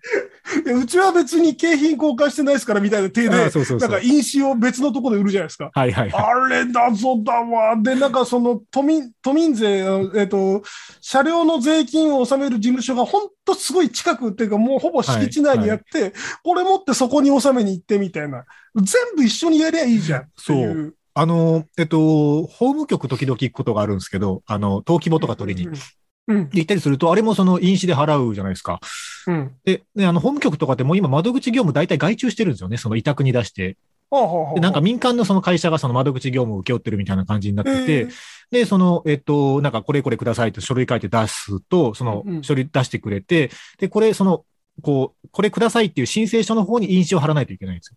[SPEAKER 3] いやうちは別に景品交換してないですからみたいな手で、
[SPEAKER 2] あそうそうそ
[SPEAKER 3] な
[SPEAKER 2] うん
[SPEAKER 3] か印紙を別のところで売るじゃないですか。
[SPEAKER 2] はいはいはい。
[SPEAKER 3] あれだぞだわ。で、なんかその都民、都民税、あのえっ、と、車両の税金を納める事務所がほんとすごい近くっていうか、もうほぼ敷地内にやって、これ持ってそこに納めに行ってみたいな。全部一緒にやりゃいいじゃんっていう。
[SPEAKER 2] あの、えっと、法務局時々行くことがあるんですけど、あの、登記簿とか取りに。で、
[SPEAKER 3] うん。うん。
[SPEAKER 2] 行ったりすると、あれもその印紙で払うじゃないですか。
[SPEAKER 3] うん。
[SPEAKER 2] で、ね、あの、法務局とかってもう今窓口業務大体外注してるんですよね。その委託に出して。
[SPEAKER 3] はあはあはあ
[SPEAKER 2] で、なんか、民間のその会社がその窓口業務を請け負ってるみたいな感じになっ
[SPEAKER 3] え
[SPEAKER 2] てて、
[SPEAKER 3] ー
[SPEAKER 2] で、その、えっと、なんか、これこれくださいと書類書いて出すと、その
[SPEAKER 3] うんうん
[SPEAKER 2] 書類出してくれて、で、これ、その、こう、これくださいっていう申請書の方に印紙を貼らないといけないんです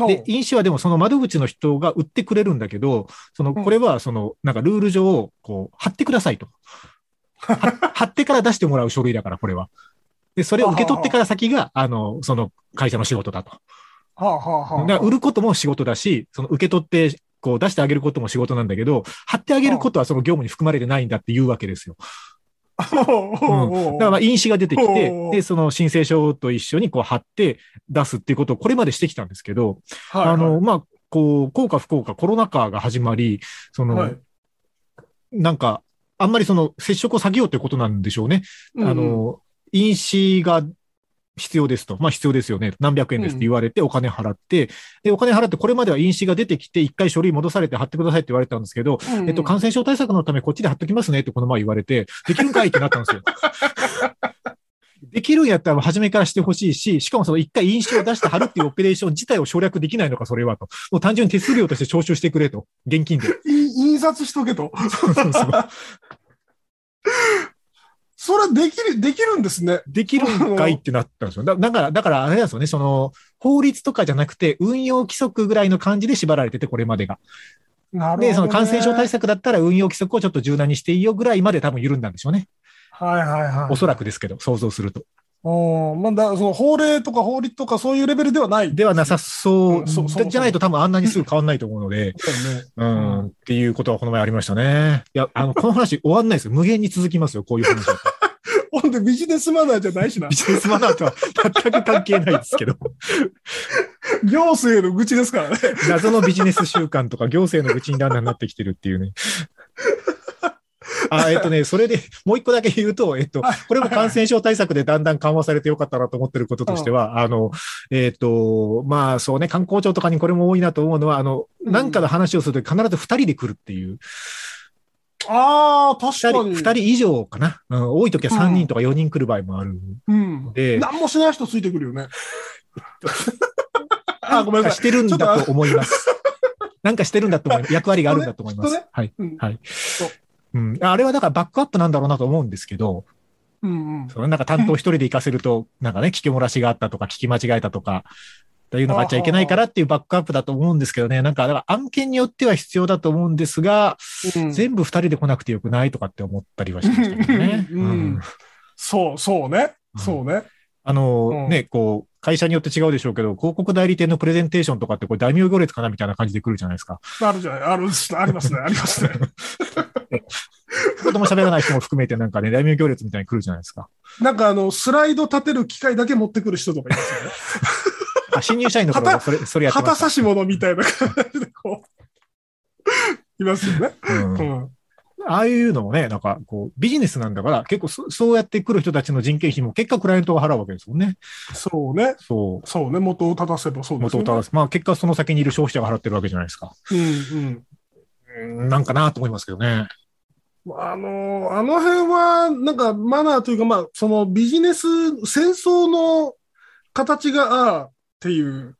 [SPEAKER 2] よ。で、印紙はでもその窓口の人が売ってくれるんだけど、その、
[SPEAKER 3] うん
[SPEAKER 2] これはその、なんかルール上、こう、貼ってくださいと。は 貼ってから出してもらう書類だから、これは。で、それを受け取ってから先が、あの、その会社の仕事だと。
[SPEAKER 3] はあはあはあ
[SPEAKER 2] だから売ることも仕事だし、その受け取って、こう出してあげることも仕事なんだけど、貼ってあげることはその業務に含まれてないんだっていうわけですよ。 だからまあ印紙が出てきて
[SPEAKER 3] お、う
[SPEAKER 2] で、その申請書と一緒にこう貼って出すっていうことをこれまでしてきたんですけど、
[SPEAKER 3] はい
[SPEAKER 2] あの、まあ、こう、効果不効果、コロナ禍が始まり、その、
[SPEAKER 3] はい
[SPEAKER 2] なんか、あんまりその接触を避けようということなんでしょうね。あ
[SPEAKER 3] うん
[SPEAKER 2] の、印紙が必要ですと。まあ必要ですよね。何百円ですって言われて、お金払って、で、お金払って、これまでは印紙が出てきて、一回書類戻されて貼ってくださいって言われたんですけど、
[SPEAKER 3] うん
[SPEAKER 2] えっと、感染症対策のためこっちで貼っときますねってこの前言われて、できるんかいってなったんですよ。できるんやったら初めからしてほしいし、しかもその一回印紙を出して貼るっていうオペレーション自体を省略できないのか、それはと。もう単純に手数料として徴収してくれと。現金 で。
[SPEAKER 3] い印刷しとけと。
[SPEAKER 2] そうそうそう
[SPEAKER 3] それできる、できるんですね。
[SPEAKER 2] できるんかいってなったんですよ。だだから、だからあれなんですよね、その、法律とかじゃなくて、運用規則ぐらいの感じで縛られてて、これまでが。
[SPEAKER 3] なるほど、ね。
[SPEAKER 2] で、その感染症対。策だったら、運用規則をちょっと柔軟にしていいよぐらいまで多分緩んだんでしょうね。
[SPEAKER 3] はいはいはい。
[SPEAKER 2] おそらくですけど、想像すると。
[SPEAKER 3] おまあ、だその法令とか法律とかそういうレベルではない。
[SPEAKER 2] ではなさそうう。
[SPEAKER 3] んそそもそも
[SPEAKER 2] じゃないと多分あんなにすぐ変わんないと思うので、
[SPEAKER 3] そうだよね。
[SPEAKER 2] うん、っていうことはこの前ありましたね。いや、あの、この話終わんないですよ。無限に続きますよ、こういう話 は。
[SPEAKER 3] ほんでビジネスマナーじゃないし な
[SPEAKER 2] ビ。ジネスマナーとは全く関係ないですけど。
[SPEAKER 3] 行政の愚痴ですからね。
[SPEAKER 2] 謎のビジネス習慣とか行政の愚痴にだんだんなってきてるっていうね。あえっとね、それでもう一個だけ言うと、えっと、これも感染症対策でだんだん緩和されてよかったなと思ってることとしては、あの、えっと、まあそうね、観光庁とかにこれも多いなと思うのは、あの、
[SPEAKER 3] うん
[SPEAKER 2] なんかの話をするとき必ず二人で来るっていう。
[SPEAKER 3] ああ、確
[SPEAKER 2] 二
[SPEAKER 3] か
[SPEAKER 2] 人、
[SPEAKER 3] に。
[SPEAKER 2] 二人以上かな。うん、多いときは三人とか四人来る場合もあるん
[SPEAKER 3] うん。
[SPEAKER 2] で、
[SPEAKER 3] 何もしない人ついてくる よね。 あーごめんなさい。
[SPEAKER 2] してるんだと思います。なんかしてるんだと思い ます。役割があるんだと思いま
[SPEAKER 3] きっ
[SPEAKER 2] す
[SPEAKER 3] と。
[SPEAKER 2] はい。
[SPEAKER 3] うん
[SPEAKER 2] はい。うん。あれはだからバックアップなんだろうなと思うんですけど、
[SPEAKER 3] うんうん
[SPEAKER 2] そのなんか担当一人で行かせると、なんかね、聞き漏らしがあったとか、聞き間違えたとか、というのがあっちゃいけないからっていうバックアップだと思うんですけどね、なんか、だから案件によっては必要だと思うんですが、
[SPEAKER 3] うん
[SPEAKER 2] 全部二人で来なくてよくないとかって思ったりはしましたけどね。
[SPEAKER 3] うん
[SPEAKER 2] うん
[SPEAKER 3] そう、そうね。そうね。
[SPEAKER 2] あの
[SPEAKER 3] うん
[SPEAKER 2] ね、こう、会社によって違うでしょうけど、広告代理店のプレゼンテーションとかって、これ大名行列かなみたいな感じで来るじゃないですか。
[SPEAKER 3] あるじゃない。ある、ありますね。ありま すね。
[SPEAKER 2] 子供喋らない人も含めてなん かね、大名行列みたいに来るじゃないですか。
[SPEAKER 3] なんかあの、スライド立てる機械だけ持ってくる人とかいますよね。
[SPEAKER 2] あ、新入社員の頃、それ、それやってま
[SPEAKER 3] 旗
[SPEAKER 2] し
[SPEAKER 3] 差し物みたいな感じでこう、い ますよね。
[SPEAKER 2] た。うん
[SPEAKER 3] うん。
[SPEAKER 2] ああいうのもね、なんかこう、ビジネスなんだから、結構そそうやって来る人たちの人件費も結果クライアントが払うわけですもんね。
[SPEAKER 3] そうね。
[SPEAKER 2] そ
[SPEAKER 3] そうね。元を立たせばそう
[SPEAKER 2] う。
[SPEAKER 3] です
[SPEAKER 2] 元を
[SPEAKER 3] よね。
[SPEAKER 2] 正す。まあ結果その先にいる消費者が払ってるわけじゃないですか。
[SPEAKER 3] うんうん。
[SPEAKER 2] うんなんかなと思いますけどね。
[SPEAKER 3] あの、あの辺は、なんかマナーというか、まあ、そのビジネス、戦争の形が、ああっていう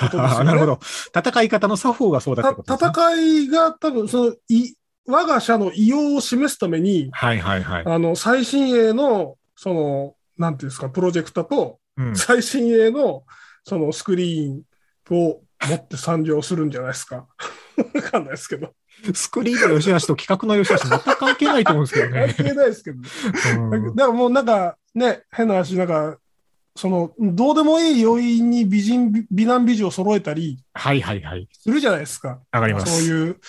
[SPEAKER 3] ことですよ ね。
[SPEAKER 2] なるほど。戦い方の作法がそうだってこと
[SPEAKER 3] た
[SPEAKER 2] ですね。
[SPEAKER 3] 戦いが多分、その、い、我が社の異様を示すために、
[SPEAKER 2] はいはいはい。
[SPEAKER 3] あの、最新鋭の、その、なんていうんですか、プロジェクターと、
[SPEAKER 2] うん。
[SPEAKER 3] 最新鋭のそのスクリーンを持って参上するんじゃないですか。 わかんないです けど。
[SPEAKER 2] スクリーンの良し悪しと企画の良し悪し全く 関係ないと思うんですけど
[SPEAKER 3] 関
[SPEAKER 2] ね。
[SPEAKER 3] 係ないですけど。だ
[SPEAKER 2] う
[SPEAKER 3] だ
[SPEAKER 2] ん
[SPEAKER 3] からもうなんかね、変な話、なんかその、どうでもいい要因に美人、美男美女を揃えたり
[SPEAKER 2] はいはいはい。
[SPEAKER 3] するじゃないですか。
[SPEAKER 2] 上がりま
[SPEAKER 3] そう
[SPEAKER 2] す。
[SPEAKER 3] いう、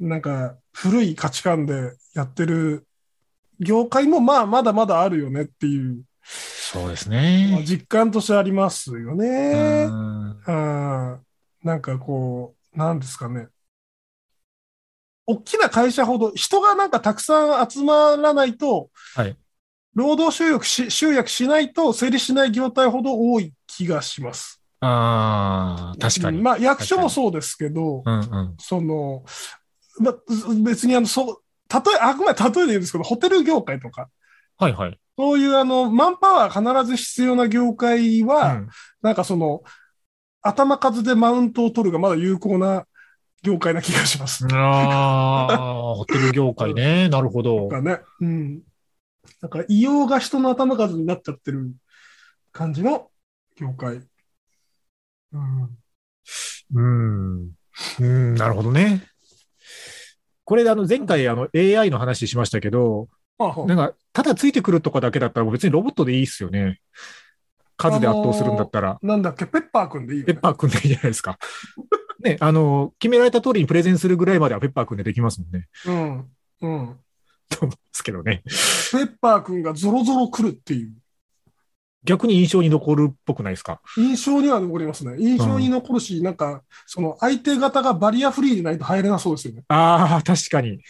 [SPEAKER 3] なんか、古い価値観でやってる業界も、まあ、まだまだあるよねっていう、
[SPEAKER 2] そうです
[SPEAKER 3] まあ
[SPEAKER 2] ね。
[SPEAKER 3] 実感としてありますよ
[SPEAKER 2] う
[SPEAKER 3] ね。
[SPEAKER 2] ん
[SPEAKER 3] あーなんかこう、なんですかね。大きな会社ほど人がなんかたくさん集まらないと、
[SPEAKER 2] はい
[SPEAKER 3] 労働集約し集約しないと成立しない業態ほど多い気がします。
[SPEAKER 2] ああ、確か
[SPEAKER 3] う
[SPEAKER 2] に。
[SPEAKER 3] んまあ役所もそうですけど、
[SPEAKER 2] うんうん。
[SPEAKER 3] その、ま、ず別にあの、そう、例え、あくまで例えで言うんですけど、ホテル業界とか、
[SPEAKER 2] はいはい。
[SPEAKER 3] そういうあの、マンパワー必ず必要な業界は、
[SPEAKER 2] うん
[SPEAKER 3] なんかその、頭数でマウントを取るがまだ有効な業界な気がします。
[SPEAKER 2] あ あ、ホテル業界ね。なるほど。
[SPEAKER 3] なんかね。うん。なんか、異様が人の頭数になっちゃってる感じの業界。うん。
[SPEAKER 2] うん。うん、なるほどね。これ、あの、前回、あの、AI の話しましたけど、
[SPEAKER 3] ああ
[SPEAKER 2] なんか、ただついてくるとかだけだったら、別にロボットでいいっすよね。数で圧倒するんだったら、
[SPEAKER 3] なんだっけ、ペッパーくんでいいよ
[SPEAKER 2] ペ
[SPEAKER 3] ね
[SPEAKER 2] ッパー君でいいじゃないですか。ね、あの、決められた通りにプレゼンするぐらいまではペッパー君でできますもんね。
[SPEAKER 3] うん。うん。
[SPEAKER 2] と思うんですけどね。
[SPEAKER 3] ペッパーくんがゾロゾロ来るっていう。
[SPEAKER 2] 逆に印象に残るっぽくないですか。
[SPEAKER 3] 印象には残りますね。印象に残るし、なんか、その相手方がバリアフリーでないと入れなそうですよね。
[SPEAKER 2] ああ、確かに。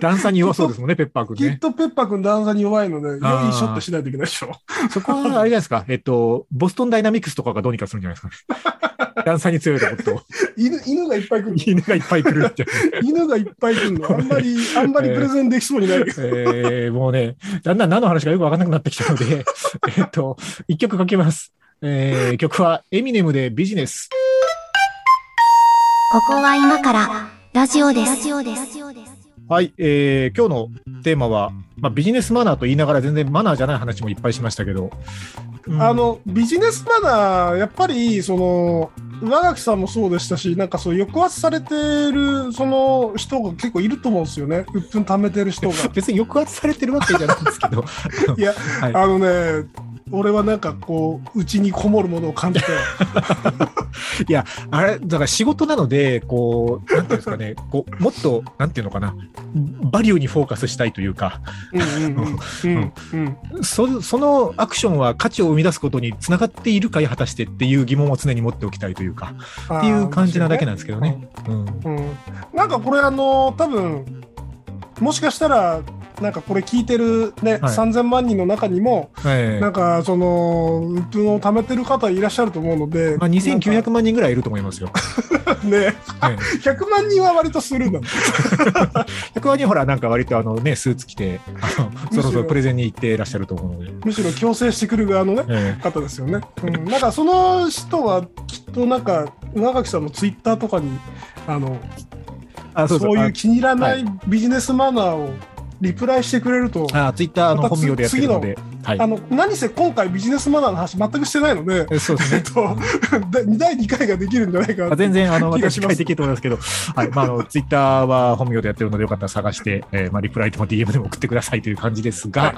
[SPEAKER 2] 段差に弱そうですもんね、ペッパー君
[SPEAKER 3] きっ
[SPEAKER 2] ね。
[SPEAKER 3] とペッパー君段差に弱いので、よ
[SPEAKER 2] あー
[SPEAKER 3] いしょってしないといけないでしょ。
[SPEAKER 2] そこは、あれじゃないですか。えっと、ボストンダイナミクスとかがどうにかするんじゃないですか、ね。段差に強いとことを。
[SPEAKER 3] 犬犬がいっぱい来る。
[SPEAKER 2] 犬がいっぱい来るって。
[SPEAKER 3] 犬がいっぱい来るの。あんまり、 あんまりプレゼンできそうにないけど。
[SPEAKER 2] えー、もうね、だんだん何の話かよくわかんなくなってきたので、えっと、一曲かけます。えー、曲はエミネムでビジネス。
[SPEAKER 1] ここは今からラジオです。ラジオです。
[SPEAKER 2] はい、えー、今日のテーマは、まあ、ビジネスマナーと言いながら全然マナーじゃない話もいっぱいしましたけど、うん
[SPEAKER 3] あ、の、ビジネスマナー、やっぱり、その、長垣さんもそうでしたし、なんかそう、抑圧されてる、その人が結構いると思うんですよね。鬱憤溜めて る人が。
[SPEAKER 2] 別に抑圧されてるわけじゃないんですけ ど、
[SPEAKER 3] いや、
[SPEAKER 2] はい
[SPEAKER 3] あのね、俺はなんかこう、内にこもるものを感じて。
[SPEAKER 2] あれ、だから仕事なので、こう、なんていうんですかね、こう、もっと、なんていうのかな、バリューにフォーカスしたいと いうか、
[SPEAKER 3] うんうんうんうんうん
[SPEAKER 2] そそのアクションは価値を生み出すことにつながっているかい果たしてっていう疑問を常に持っておきたいというか、っていう感じなだけなんですけどね。うん、
[SPEAKER 3] うん、なんかこれあの多分もしかしたらなんかこれ聞いてるね、3000万人の中にも
[SPEAKER 2] はい
[SPEAKER 3] なんかそのうっぷんを貯めてる方いらっしゃると思うので、
[SPEAKER 2] まあ、
[SPEAKER 3] なん
[SPEAKER 2] 2900
[SPEAKER 3] か
[SPEAKER 2] 万人ぐらいいると思います よ。
[SPEAKER 3] ね
[SPEAKER 2] はい
[SPEAKER 3] 100万人は割とするな
[SPEAKER 2] 100割にほら、なんか割とあのね、スーツ着て、あのそろそろプレゼンに行ってらっしゃると思うので。
[SPEAKER 3] むしろ強制してくる側のね
[SPEAKER 2] え
[SPEAKER 3] 方ですよね、うん、なんかその人はきっとなんか長垣さんのツイッターとかにあの
[SPEAKER 2] えあ
[SPEAKER 3] そういう気に入らない
[SPEAKER 2] は
[SPEAKER 3] ビジネスマナーをリプライしてくれると、
[SPEAKER 2] ああ、ツイッターの
[SPEAKER 3] また
[SPEAKER 2] 本名でやってるので。はい
[SPEAKER 3] あの何せ今回ビジネスマナーの話全くしてないので、
[SPEAKER 2] え。そうです
[SPEAKER 3] えっ
[SPEAKER 2] ね。
[SPEAKER 3] と、第2回ができるんじゃないか
[SPEAKER 2] まあ、全然、あの、
[SPEAKER 3] 気が
[SPEAKER 2] 私、
[SPEAKER 3] しま
[SPEAKER 2] 快
[SPEAKER 3] す
[SPEAKER 2] 適と思いますけど、はい。まあ、あの、ツイッターは本名でやってるので、よかったら探して、えーまあ、リプライでも DM でも送ってくださいという感じですが、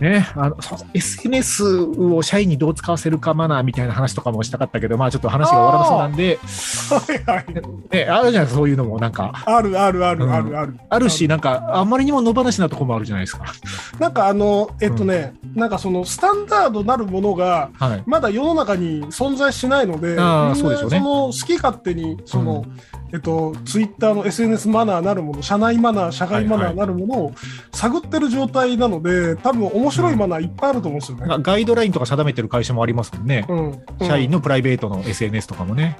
[SPEAKER 2] ね、あの、そう SNS を社員にどう使わせるかマナーみたいな話とかもしたかったけど、まあ、ちょっと話が終わらなそうなんで、
[SPEAKER 3] はいはい。
[SPEAKER 2] ね、あるじゃないですか、そういうのも、なんか、
[SPEAKER 3] あるあるあるあるある。
[SPEAKER 2] あるし、なんか、あんまりにも野放しなとこもあるじゃないですか。
[SPEAKER 3] なんかあの、えっとね、なんかそのスタンダードなるものが、
[SPEAKER 2] はい。
[SPEAKER 3] まだ世の中に存在しないので、みん
[SPEAKER 2] あー
[SPEAKER 3] な
[SPEAKER 2] そうでしょうね
[SPEAKER 3] その好き勝手に、その、えっと、ツイッターの SNS マナーなるもの、社内マナー、社外マナーなるものを探ってる状態なので、多分面白いマナーいっぱいあると思うんですよね。
[SPEAKER 2] なんかガイドラインとか定めてる会社もありますもんね。
[SPEAKER 3] うんうん
[SPEAKER 2] 社員のプライベートの SNS とかもね。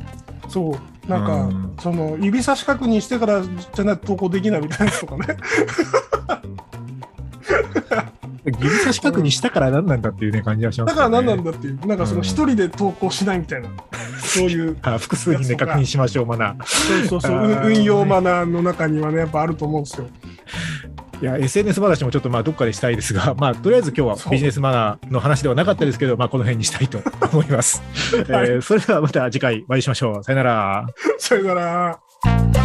[SPEAKER 3] そう、なんか、
[SPEAKER 2] うん
[SPEAKER 3] その指差し確認してからじゃないと投稿できないみたいなやつとかね。
[SPEAKER 2] 指差し確認したから何なんだっていうね感じがします
[SPEAKER 3] だ
[SPEAKER 2] け
[SPEAKER 3] か
[SPEAKER 2] ど
[SPEAKER 3] ら
[SPEAKER 2] ね、
[SPEAKER 3] 何なんだっていう、なんかその
[SPEAKER 2] うん
[SPEAKER 3] 一人で投稿しないみたいな、そういう、
[SPEAKER 2] あ複数人で確認しましょうマナー。
[SPEAKER 3] そう そうそう、
[SPEAKER 2] あー
[SPEAKER 3] 運運用マナーの中にはね、やっぱあると思うんですよ。
[SPEAKER 2] いや SNS 話もちょっとまあどっかでしたいですが、まあとりあえず今日はビジネスマナーの話ではなかったですけど、まあこの辺にしたいと思い ます。えーそれではまた次回お会いしましょう。さよなら。
[SPEAKER 3] それから。